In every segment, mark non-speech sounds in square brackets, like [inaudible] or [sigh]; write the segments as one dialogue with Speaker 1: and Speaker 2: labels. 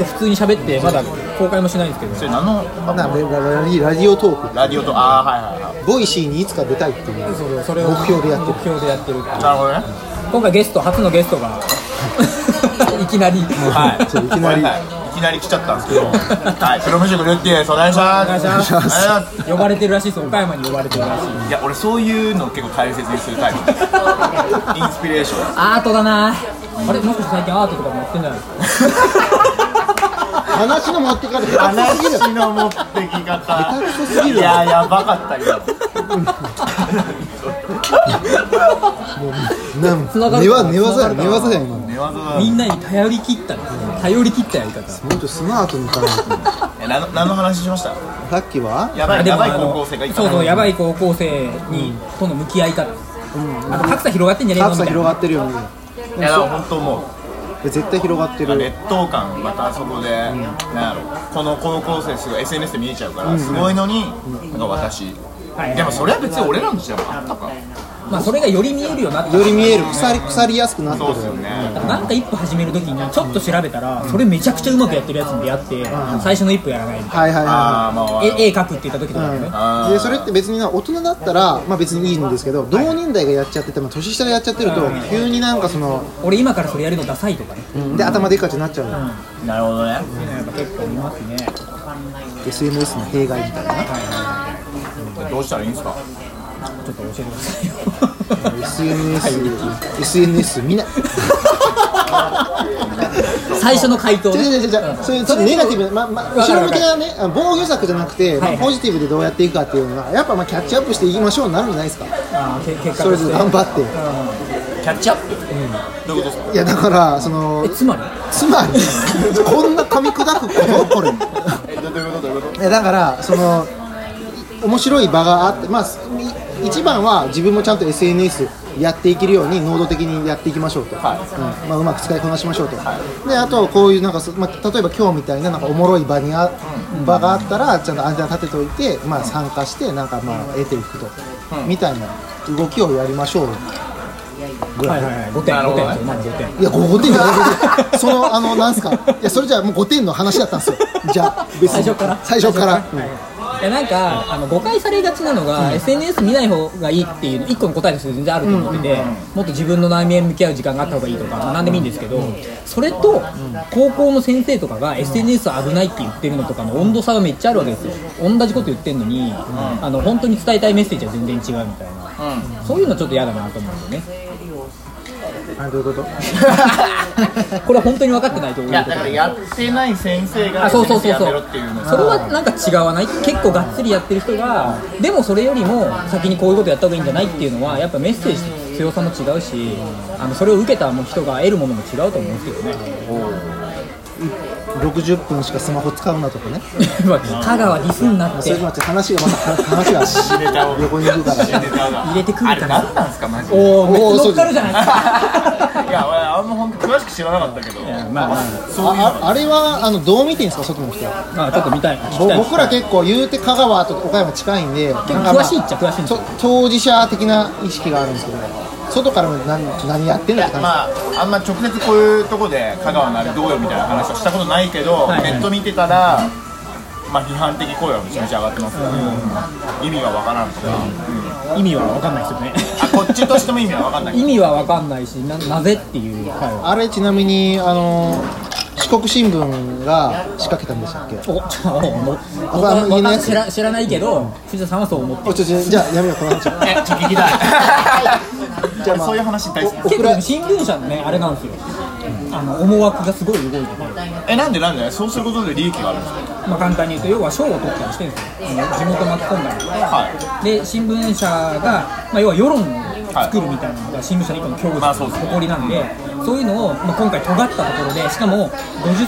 Speaker 1: もう普通に喋ってまだ公開もしないんですけど
Speaker 2: それ何の番
Speaker 3: な
Speaker 2: 組
Speaker 3: ラジラジオトーク
Speaker 2: ラジオとああはいはいはい
Speaker 3: ボイシーにいつか出たいっていう
Speaker 1: そうそれを
Speaker 3: 目標でやってる
Speaker 1: 目標でやってるっていう
Speaker 2: なるほどね
Speaker 1: 今回ゲスト初のゲストが [laughs] いきなり
Speaker 2: はい
Speaker 3: そういきなり
Speaker 2: ごめんさいいきなり来ちゃったんですけどはいプロ無職ルッティですお願いします
Speaker 1: 願い
Speaker 2: お
Speaker 1: します
Speaker 2: 願いしま
Speaker 1: 呼ばれてるらしいです岡山に呼ばれてるらしい
Speaker 2: すいや俺そういうの結構大切にするタイプインスピレーション
Speaker 1: アートだなあれもしかして最近アートとかもやってんじゃないですか
Speaker 3: 話の持ってかれて熱すぎる
Speaker 2: 話の持ってき方
Speaker 3: 下手くそすぎる
Speaker 2: いややばかった今
Speaker 3: なん
Speaker 1: 繋がる
Speaker 3: 寝わ寝技や
Speaker 1: 繋
Speaker 3: 寝技や今
Speaker 2: 寝技だ
Speaker 1: みんなに頼り切ったんですね頼り切ったやり方
Speaker 3: もうちょっとスマートにいかないと
Speaker 2: え何の何の話しました
Speaker 3: さっきは
Speaker 2: やば
Speaker 1: あ
Speaker 2: い
Speaker 1: で
Speaker 2: や
Speaker 1: も
Speaker 2: ばい
Speaker 1: あの
Speaker 2: 高校生がいた
Speaker 1: そうそうやばい高校生にとの向き合い方あと格差広がってんじゃねえのみ
Speaker 3: 格差
Speaker 1: たい
Speaker 3: 広
Speaker 1: な
Speaker 3: がってるよね
Speaker 2: いや本当も
Speaker 3: 絶対広がって
Speaker 2: う
Speaker 3: る
Speaker 2: 劣等感またそこで、なんやろこの高校生すごい SNS で見えちゃうから、すごいのに、なんか私、
Speaker 1: はいはい
Speaker 2: でもそれは別に俺らの時代もあったか
Speaker 1: まあそれがより見えるようになって
Speaker 3: より見える腐り腐りやすくなっ
Speaker 2: そ
Speaker 3: て
Speaker 2: うで
Speaker 3: る
Speaker 2: すよね、
Speaker 1: なんか一歩始めるときにちょっと調べたらそれめちゃくちゃうまくやってるやつに出会って最初の一歩やらないみたい
Speaker 3: はいはいは
Speaker 2: ああま
Speaker 1: な
Speaker 2: あ
Speaker 1: 絵絵描くって言った時とかね
Speaker 2: あ
Speaker 3: いでそれって別にな大人だったら、まあ、別にいいんですけど同年代がやっちゃってても年下がやっちゃってると急になんかその
Speaker 1: 俺今からそれやるのダサいとかね
Speaker 3: で頭でっかちになっちゃうのよ
Speaker 2: なるほどね
Speaker 1: やっぱ結構見ますね
Speaker 3: SNS の弊害みたいな
Speaker 2: どうしたらいいんですか
Speaker 1: ちょっと教えてください
Speaker 3: [laughs]
Speaker 1: よ
Speaker 3: SNS SNS 見ない
Speaker 1: 最初の回答
Speaker 3: 違う
Speaker 1: ね
Speaker 3: 違う違う違う、そういうちょっとネガティブな、まあまあ、後ろ向きなね、あの防御策じゃなくて、まあ
Speaker 1: はいはい
Speaker 3: ポジティブでどうやっていくかっていうのは、やっぱまあキャッチアップしていきましょうになるんじゃないですか、
Speaker 1: あーけ結果
Speaker 3: そ
Speaker 1: と
Speaker 3: れ
Speaker 1: し
Speaker 3: ぞ
Speaker 1: て
Speaker 3: れ頑張って。
Speaker 2: キャッチアップ、どういうことですか
Speaker 3: いやだから、その
Speaker 1: えつまり
Speaker 3: つまり、こんな噛み砕くこと、これ。い
Speaker 2: えどういうことどういうこと
Speaker 3: やだから、その面白い場があって、まあ、すい一番は自分もちゃんと SNS やっていけるように、能動的にやっていきましょうと。
Speaker 2: はい
Speaker 3: うんまあ、うまく使いこなしましょうと、であとこういうなんかそ、まあ、例えば今日みたいななんかおもろい場にあ、場があったらちゃんとアンテナ立てておいて、まあ、参加してなんかまあ得ていくと、みたいな動きをやりましょうぐら、
Speaker 1: はいいはいはい5点
Speaker 2: な
Speaker 1: 5
Speaker 2: るほ
Speaker 1: 点
Speaker 2: どね
Speaker 1: まず5点
Speaker 3: い、や5点じゃない5点そのあのなんすかいやそれじゃあもう5点の話だったんですよじゃあ別
Speaker 1: 最初から
Speaker 3: 最初から
Speaker 1: いやなんかあの誤解されがちなのが、SNS 見ない方がいいっていう一個の答えとして全然あると思ってて、もっと自分の内面に向き合う時間があった方がいいとか、まあ、何でもいいんですけど、それと、高校の先生とかが SNS 危ないって言ってるのとかの温度差がめっちゃあるわけですよ同じこと言ってるのに、あの本当に伝えたいメッセージは全然違うみたいな、そういうのちょっと嫌だなと思うんですよ [laughs] ね
Speaker 3: あどういうこと
Speaker 1: これは本当に分かってないと思うこ
Speaker 2: いや
Speaker 1: と
Speaker 2: だからやってない先生が
Speaker 1: あそうそうそう
Speaker 2: や
Speaker 1: そう
Speaker 2: めろっていうの
Speaker 1: それはなんか違わない結構がっつりやってる人がでもそれよりも先にこういうことやった方がいいんじゃないっていうのはやっぱメッセージの強さも違うしあのそれを受けた人が得るものも違うと思うんですけどね
Speaker 3: 60分しかスマホ使うなとかね
Speaker 1: [laughs] まあ香川ディスになっ
Speaker 3: そ
Speaker 1: て
Speaker 3: れとまた話がまた話が横に行くから
Speaker 2: 入
Speaker 1: 入れてくるか
Speaker 2: あれ
Speaker 1: ら
Speaker 2: 何なんですかマジで
Speaker 1: おおめっ
Speaker 3: おー
Speaker 1: ちゃ
Speaker 3: そ
Speaker 1: 乗
Speaker 3: う
Speaker 1: っかるじゃないですか
Speaker 2: いや俺あんま本当詳しく知らなかったけど
Speaker 1: まあまあ
Speaker 2: そういう
Speaker 3: あああれはあのどう見てんですか外の人は
Speaker 1: まあちょっと見たい聞き
Speaker 3: ぼ
Speaker 1: たい
Speaker 3: 僕ら結構言うて香川と岡山近いんで
Speaker 1: 構
Speaker 3: 結
Speaker 1: 詳しいっちゃ詳しいんですよ
Speaker 3: 当事者的な意識があるんですけど外からも何何やってんだって感じ、
Speaker 2: まあ、あんま直接こういうとこで香川のあれどうよみたいな話はしたことないけど、
Speaker 1: はいはい
Speaker 2: ネット見てたら、まあ、批判的声はめちゃめちゃ上がってますから、意味がわからんとか、
Speaker 1: 意味は分かんないですよね
Speaker 2: あこっちとしても意味はわかんない
Speaker 1: 意味は分かんないしななぜっていう会話
Speaker 3: あれちなみにあの四国新聞が仕掛けたんでしたっけ
Speaker 1: おちょおも
Speaker 3: あんま言えないやつ
Speaker 1: 知ら知らないけど藤田さんはそう思ってる
Speaker 3: おちょちょじゃあやめようこの話は
Speaker 2: え聞きたい [laughs]
Speaker 3: じゃあまあ
Speaker 2: そういう話大好き
Speaker 3: お
Speaker 1: 結構でも新聞社のねあれなんですよ、あの思惑がすごい動いてて、
Speaker 2: えなんでなんでそうすることで利益があるんです
Speaker 1: まあ、簡単に言うと要は賞を取ったりしてるんですよあの地元巻き込んだりと
Speaker 2: か
Speaker 1: か
Speaker 2: は
Speaker 1: で新聞社が、まあ、要は世論を作るみたいなのが新聞社の一個の競技
Speaker 2: まあそうですね
Speaker 1: 誇りなんで、そういうのを、まあ、今回尖ったところでしかも50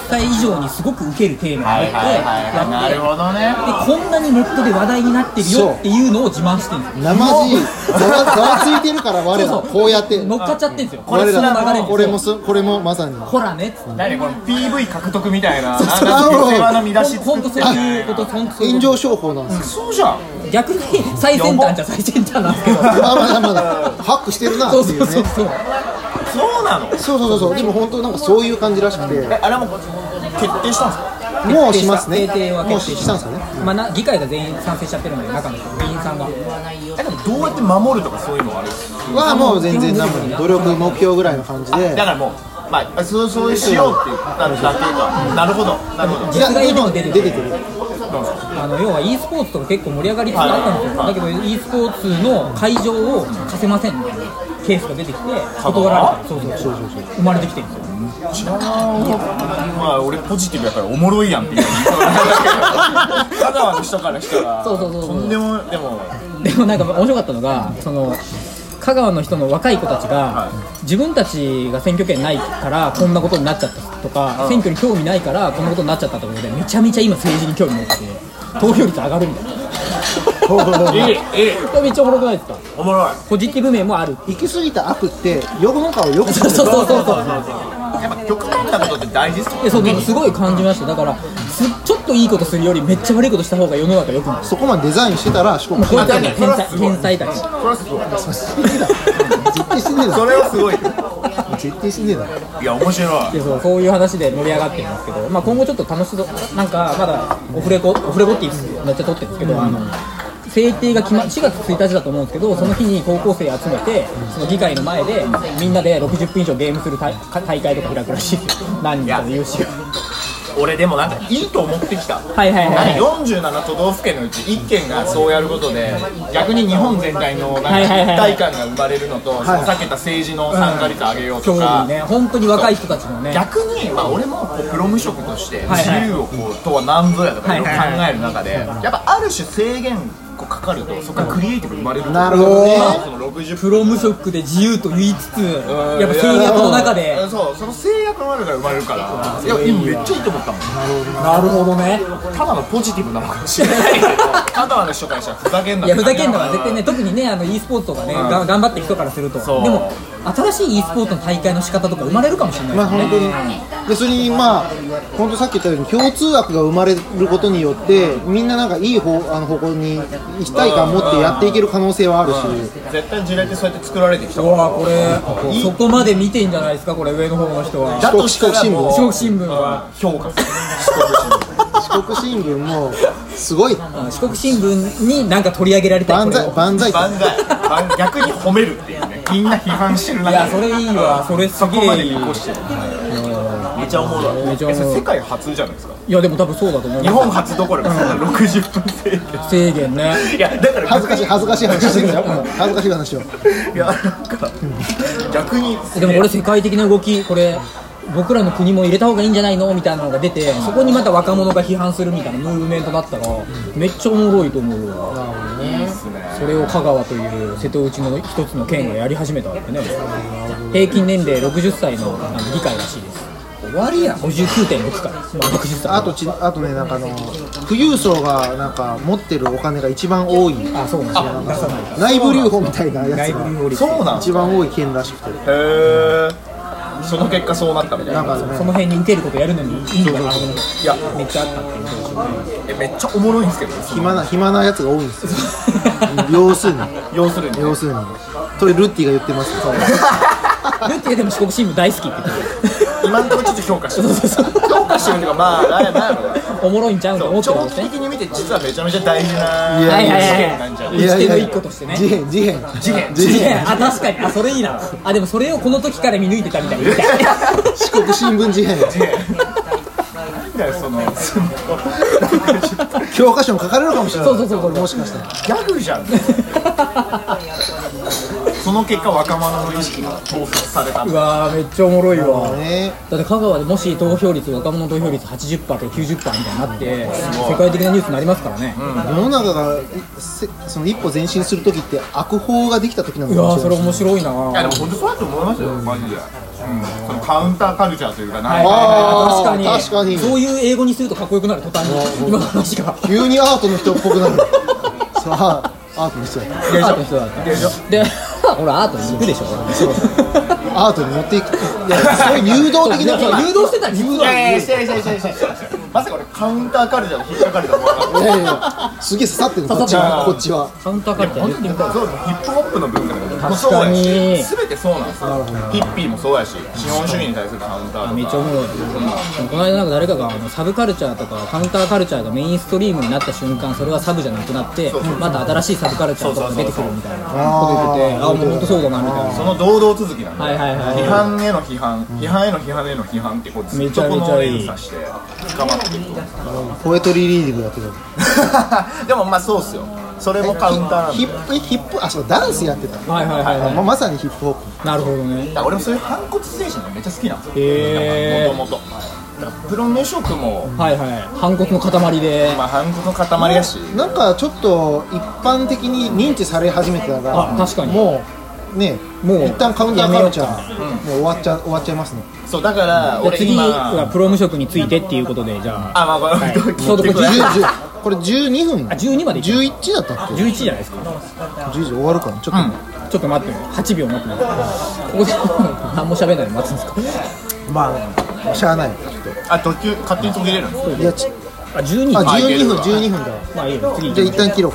Speaker 1: 歳以上にすごく受けるテーマを持
Speaker 2: いは
Speaker 1: っ
Speaker 2: い
Speaker 1: て
Speaker 2: はいはいはいなる
Speaker 1: や
Speaker 2: ほどね
Speaker 1: ってでこんなにネットで話題になってる
Speaker 3: そう
Speaker 1: よっていうのを自慢してるんですよ
Speaker 3: 生地ざわざわついてるから我ら
Speaker 1: そうそう
Speaker 3: こうやって
Speaker 1: 乗っかっちゃってるんですよ
Speaker 2: これす
Speaker 3: 我ら
Speaker 2: ら
Speaker 1: こ
Speaker 2: も
Speaker 1: の流れに
Speaker 3: これもすこれもまさに
Speaker 1: ほらねっつって
Speaker 2: 何この PV 獲得みたいな
Speaker 3: そうそう
Speaker 2: なんか世話の見出し
Speaker 1: ほ
Speaker 2: 作
Speaker 1: ん
Speaker 2: っ
Speaker 1: と
Speaker 2: て
Speaker 1: そう
Speaker 2: るみた
Speaker 1: い
Speaker 2: いう
Speaker 1: こと
Speaker 2: な
Speaker 1: ほんとそういう
Speaker 3: 炎
Speaker 1: こ
Speaker 3: 上商法なんですよ
Speaker 2: そうじゃん
Speaker 1: と逆に最先端じゃ最先端なんですけど
Speaker 3: まあまだまだハックしてるなって
Speaker 1: そ
Speaker 3: いううね
Speaker 1: そうそうそう。
Speaker 2: そうなの
Speaker 3: そうそうそうそうでも本当なんかそういう感じらしくて
Speaker 2: えあれも決定したんですか
Speaker 3: もうしますね
Speaker 1: 決定は
Speaker 3: もう
Speaker 1: 決定
Speaker 3: したんですよね
Speaker 1: まあな議会が全員賛成しちゃってるんで中の人議員さんが
Speaker 2: えでもどうやって守るとかそういうのはあれです
Speaker 3: はもう全然多分努力目標ぐらいの感じで
Speaker 2: だからもうまあそうそうしようって言っただけかなるほどなるほど
Speaker 3: いや
Speaker 1: 実害
Speaker 3: で
Speaker 1: にも
Speaker 3: も
Speaker 1: 出
Speaker 3: 出
Speaker 1: て
Speaker 3: て
Speaker 1: くる
Speaker 3: くる
Speaker 1: あの要は e スポーツとか結構盛り上がりつつあったんですよ、だけど e スポーツの会場を貸せませんみたいなケースが出てきて、断られたそうそうそう生まれてきてるんですよ、
Speaker 2: 一番まあ俺ポジティブやからおもろいやんっていう香川の人からしたら
Speaker 1: そうそうそうそう
Speaker 2: とんでもでも
Speaker 1: でもなんか面白かったのが、その香川の人の若い子たちが、自分たちが選挙権ないからこんなことになっちゃったとか、選挙に興味ないからこんなことになっちゃったとかで、めちゃめちゃ今、政治に興味持ってて、投票率上がるみたいな、
Speaker 2: えええ
Speaker 1: これめっちゃおもろくないですか、
Speaker 2: おもろい
Speaker 1: ポジティブ面もある、
Speaker 3: 行き過ぎた悪って世の中をよくす
Speaker 1: そう
Speaker 3: る
Speaker 1: そうそうそう。
Speaker 2: やっぱ極端なことって大事っすよ
Speaker 1: えそうですごい感じましただからすちょっといいことするよりめっちゃ悪いことした方が世の中良くなる
Speaker 3: そこまでデザインしてたらしかも
Speaker 1: こうい
Speaker 3: 実
Speaker 1: った天才天才たち
Speaker 2: それはすご
Speaker 1: [laughs]
Speaker 2: い
Speaker 3: 定してねえだ
Speaker 2: そ
Speaker 3: ろ
Speaker 2: れはすごい
Speaker 3: 絶対してねえだろ
Speaker 2: いや面白い
Speaker 1: でそうそういう話で盛り上がってるんですけど、まあ、今後ちょっと楽しそうなんかまだオフレコオフレコっていめっちゃ撮ってるんですけど、あの制定が決ま4月1日だと思うんですけどその日に高校生集めてその議会の前でみんなで60分以上ゲームする大大会とか開くらしいです [laughs] よ何人かの有志が
Speaker 2: 俺でもなんかいいと思ってきた
Speaker 1: はいはいはいはい
Speaker 2: 47都道府県のうち1県がそうやることで逆に日本全体のなんか一体感が生まれるのとそのさっき言った政治の参加率上げようと
Speaker 1: 興
Speaker 2: か
Speaker 1: 味ね本当に若い人たちのね
Speaker 2: 逆に、まあ、俺もこうプロ無職として
Speaker 1: はい
Speaker 2: 自
Speaker 1: はい
Speaker 2: 由をこうとは何ぞやとか
Speaker 1: はい
Speaker 2: いろ
Speaker 1: はいい
Speaker 2: ろ
Speaker 1: はい
Speaker 2: 考える中でやっぱある種制限こうかかるとそこからクリエイティブ生まれる
Speaker 3: なるほどね
Speaker 2: まあその60
Speaker 1: プロ無職で自由と言いつつ
Speaker 2: うん
Speaker 1: やっぱ制約の中で
Speaker 2: そうその制約のあるから生まれるからいや今めっちゃいいと思ったもん
Speaker 1: なるほどね
Speaker 2: ただのポジティブなのかもしれないけど香川の人からしたらふざけんない
Speaker 1: やふざけんなは絶対ね特にねあの e スポーツとかね、が頑張ってる人からすると
Speaker 2: そう
Speaker 1: でも新しい e スポーツの大会の仕方とか生まれるかもしれない
Speaker 3: まあ
Speaker 1: です
Speaker 3: 本
Speaker 1: ね、
Speaker 3: 当にでそれにまあ本当さっき言ったように共通枠が生まれることによってみんななんかいい方あの方向に一体感を持ってやっていける可能性はあるし
Speaker 2: 絶対地雷ってそうやって作られてきた
Speaker 1: うわこれそこまで見てんじゃないですかこれ上の方の人は
Speaker 2: だとしたらもう
Speaker 1: 四国新聞は
Speaker 2: 評価する
Speaker 3: 四国新聞もすごい
Speaker 1: あ四国新聞になんか取り上げられたい
Speaker 3: 万歳
Speaker 1: こ
Speaker 3: 万歳って
Speaker 2: 万歳万逆に褒めるっていうねみんな批判してる
Speaker 1: れをい
Speaker 2: 中
Speaker 1: や
Speaker 2: で
Speaker 1: それいいわそれす
Speaker 2: そ
Speaker 1: げ
Speaker 2: こまで
Speaker 1: えいい
Speaker 2: 見越してるめちゃおもろい
Speaker 1: めちゃおもろい
Speaker 2: えそれ世界初じゃないですか
Speaker 1: いやでも多分そうだと思い
Speaker 2: 日
Speaker 1: ま
Speaker 2: 本初どころかそんな60分制限
Speaker 1: す制限ね
Speaker 2: いやだから
Speaker 3: 恥ずかしい恥ずかしい話してるんだ
Speaker 1: [laughs]
Speaker 3: よ恥ずかしい話を
Speaker 2: いやなんか逆に
Speaker 1: でもこれ世界的な動きこれ僕らの国も入れた方がいいんじゃないのみたいなのが出てそこにまた若者が批判するみたいなムーブメントだったらめっちゃおもろいと思うわそれを香川という瀬戸内の一つの県がやり始めたわけね平均年齢60歳のあの議会らしいです終わりや59.6歳まあ60歳
Speaker 3: あとちあとねなんかあの富裕層がなんか持ってるお金が一番多い
Speaker 1: あそうなんですね出さないか
Speaker 3: 内部留保みたいなや
Speaker 1: 内
Speaker 3: つ
Speaker 1: 部留
Speaker 3: が
Speaker 1: 保率
Speaker 2: そうなん
Speaker 3: 一番多い県らしくて
Speaker 2: へえその結果そうなったみたい
Speaker 3: なん
Speaker 2: な
Speaker 3: かね
Speaker 1: その辺に受けることやるのにいいんだなみ
Speaker 2: いや
Speaker 1: めっちゃあったっていうことでしょ
Speaker 2: えめっちゃおもろいんですけどその
Speaker 3: 暇な暇なやつが多い
Speaker 1: [laughs]
Speaker 3: んですよ要するに
Speaker 2: 要するに
Speaker 3: 要するにそれルッティが言ってますよ
Speaker 1: ルッ [laughs] ティがでも四国新聞大好きって言ってる
Speaker 2: 今のところちょっと評 [laughs] 価してる
Speaker 1: [laughs] そう [laughs] そうそう
Speaker 2: [laughs] 評価してるっていうかまあなんやなんやろな
Speaker 1: おもろいんちゃうんと思ってるん
Speaker 2: 長
Speaker 1: です
Speaker 2: 期
Speaker 1: ね
Speaker 2: 的に見て実はめちゃめちゃ大事
Speaker 3: い
Speaker 2: な
Speaker 3: や
Speaker 1: はい
Speaker 3: い
Speaker 1: は
Speaker 3: や
Speaker 1: い
Speaker 2: 事
Speaker 1: はい
Speaker 2: 件なんじゃない
Speaker 1: いやいや一個としてね
Speaker 3: 事変事変
Speaker 2: 事件
Speaker 3: 事
Speaker 1: い
Speaker 3: 変
Speaker 1: やあ確かにあそれいいなあでもそれをこの時から見抜いてたみたいな
Speaker 3: 四国新聞事変
Speaker 2: なんだよそのその
Speaker 3: 教科書に書かれるかも [laughs] しれない
Speaker 1: そうそうそうこれ
Speaker 3: もしかしたら
Speaker 2: ギャグじゃんその結果若者の意識が統率された
Speaker 1: うわーめっちゃおもろいわ
Speaker 3: ね
Speaker 1: だって香川でもし投票率若者投票率80%とか90%みたいになって世界的なニュースになりますからね
Speaker 3: 世の中がせその一歩前進する時って悪法ができた時なの
Speaker 1: う
Speaker 3: か
Speaker 1: わ
Speaker 3: も
Speaker 1: ー
Speaker 3: しれ
Speaker 1: そ
Speaker 3: な
Speaker 1: れ
Speaker 3: い
Speaker 1: 面白いない
Speaker 2: やでも本当そうだと思いますよマジで、うん、そのカウンターカルチャーというかなんか
Speaker 1: あー確
Speaker 3: あー
Speaker 1: かに
Speaker 3: 確かに
Speaker 1: そういう英語にするとかっこよくなる途端に今の話が
Speaker 3: 急にアートの人っぽくなる [laughs] さあアートの人
Speaker 1: アートの人だった
Speaker 2: でしょ
Speaker 1: でほらアートに行くでしょ
Speaker 3: アートに持っていくいやそういう誘導的な
Speaker 1: そう誘導してた誘
Speaker 2: いやいやしてないしてないしてないしてないしてないまさか俺カウンターカルチャーに引っかかると思わなかった
Speaker 3: い [laughs] やいやすげえ刺さってるこっち
Speaker 1: 刺さ
Speaker 3: は
Speaker 1: っ
Speaker 3: こっちは
Speaker 1: カウンターカルチャー
Speaker 2: そうヒップホップの文化だからもう
Speaker 1: 確
Speaker 2: そう
Speaker 1: か
Speaker 2: や
Speaker 1: に
Speaker 2: し全てそうなんですよヒッピーもそうやし資本主義に対するカウンターとか
Speaker 1: めっちゃおもろい、でもこの間なんか誰かがあのサブカルチャーとかカウンターカルチャーがメインストリームになった瞬間それはサブじゃなくなって
Speaker 2: そうそう
Speaker 1: また新しいサブカルチャーとかが出てくるみたいなこと言っててあも
Speaker 3: あ
Speaker 1: う本当そうだなみたいな
Speaker 2: その堂々続きなんで、
Speaker 1: はいはいはい
Speaker 2: 批判への批判、批判への批判への批判ってこうずっとこ
Speaker 1: めちゃめち
Speaker 2: の
Speaker 1: ゃいい
Speaker 2: 連鎖して深まっていく
Speaker 3: ーポエトリーリーディングやってた
Speaker 2: でもまあそうっすよそれもカウンターなん
Speaker 3: ヒ
Speaker 2: で
Speaker 3: ップえヒップあそうダンスやってた
Speaker 1: はいはいはい
Speaker 3: ま
Speaker 1: は
Speaker 3: まさにヒップホッ
Speaker 1: い
Speaker 3: プ
Speaker 1: なるほどね
Speaker 2: だから俺もそういう反骨精神がめっちゃ好きなんですよ
Speaker 1: へー
Speaker 2: もともとプロ無職も、
Speaker 1: はいはい反骨の塊で
Speaker 2: まあ、反骨の塊やし
Speaker 3: なんかちょっと一般的に認知され始めてた
Speaker 1: あ
Speaker 3: ら
Speaker 1: 確かに
Speaker 3: もうね
Speaker 1: もう
Speaker 3: 一旦カウンターカルチャ
Speaker 1: や
Speaker 3: ーもう終わっちゃ終わっちゃいますね
Speaker 2: そうだから
Speaker 1: じゃあ
Speaker 2: 俺
Speaker 1: 次
Speaker 2: 今
Speaker 1: はプロ無職についてっていうことでじゃあ
Speaker 2: あまあこれ、
Speaker 1: はい
Speaker 2: 切って
Speaker 1: そう
Speaker 2: くれ
Speaker 1: こ
Speaker 3: 10 10これ12分
Speaker 1: あ12までいく
Speaker 3: 11だったっけ
Speaker 1: 11じゃないですか
Speaker 3: 10時終わるかなちょっ
Speaker 1: ちょっと待ってよ8秒待ってよここで [laughs] 何も喋んないで待つんですか
Speaker 3: とまあしゃあないちょっ
Speaker 2: あ途中勝手に途切れるんです
Speaker 3: といやち
Speaker 1: あ12
Speaker 3: あ
Speaker 1: ま
Speaker 2: いけ
Speaker 3: 12
Speaker 2: る
Speaker 3: 分
Speaker 2: わ
Speaker 3: 12分だわ
Speaker 1: あいいよ次行きま
Speaker 3: じゃあ
Speaker 1: しょう
Speaker 3: 一旦切ろう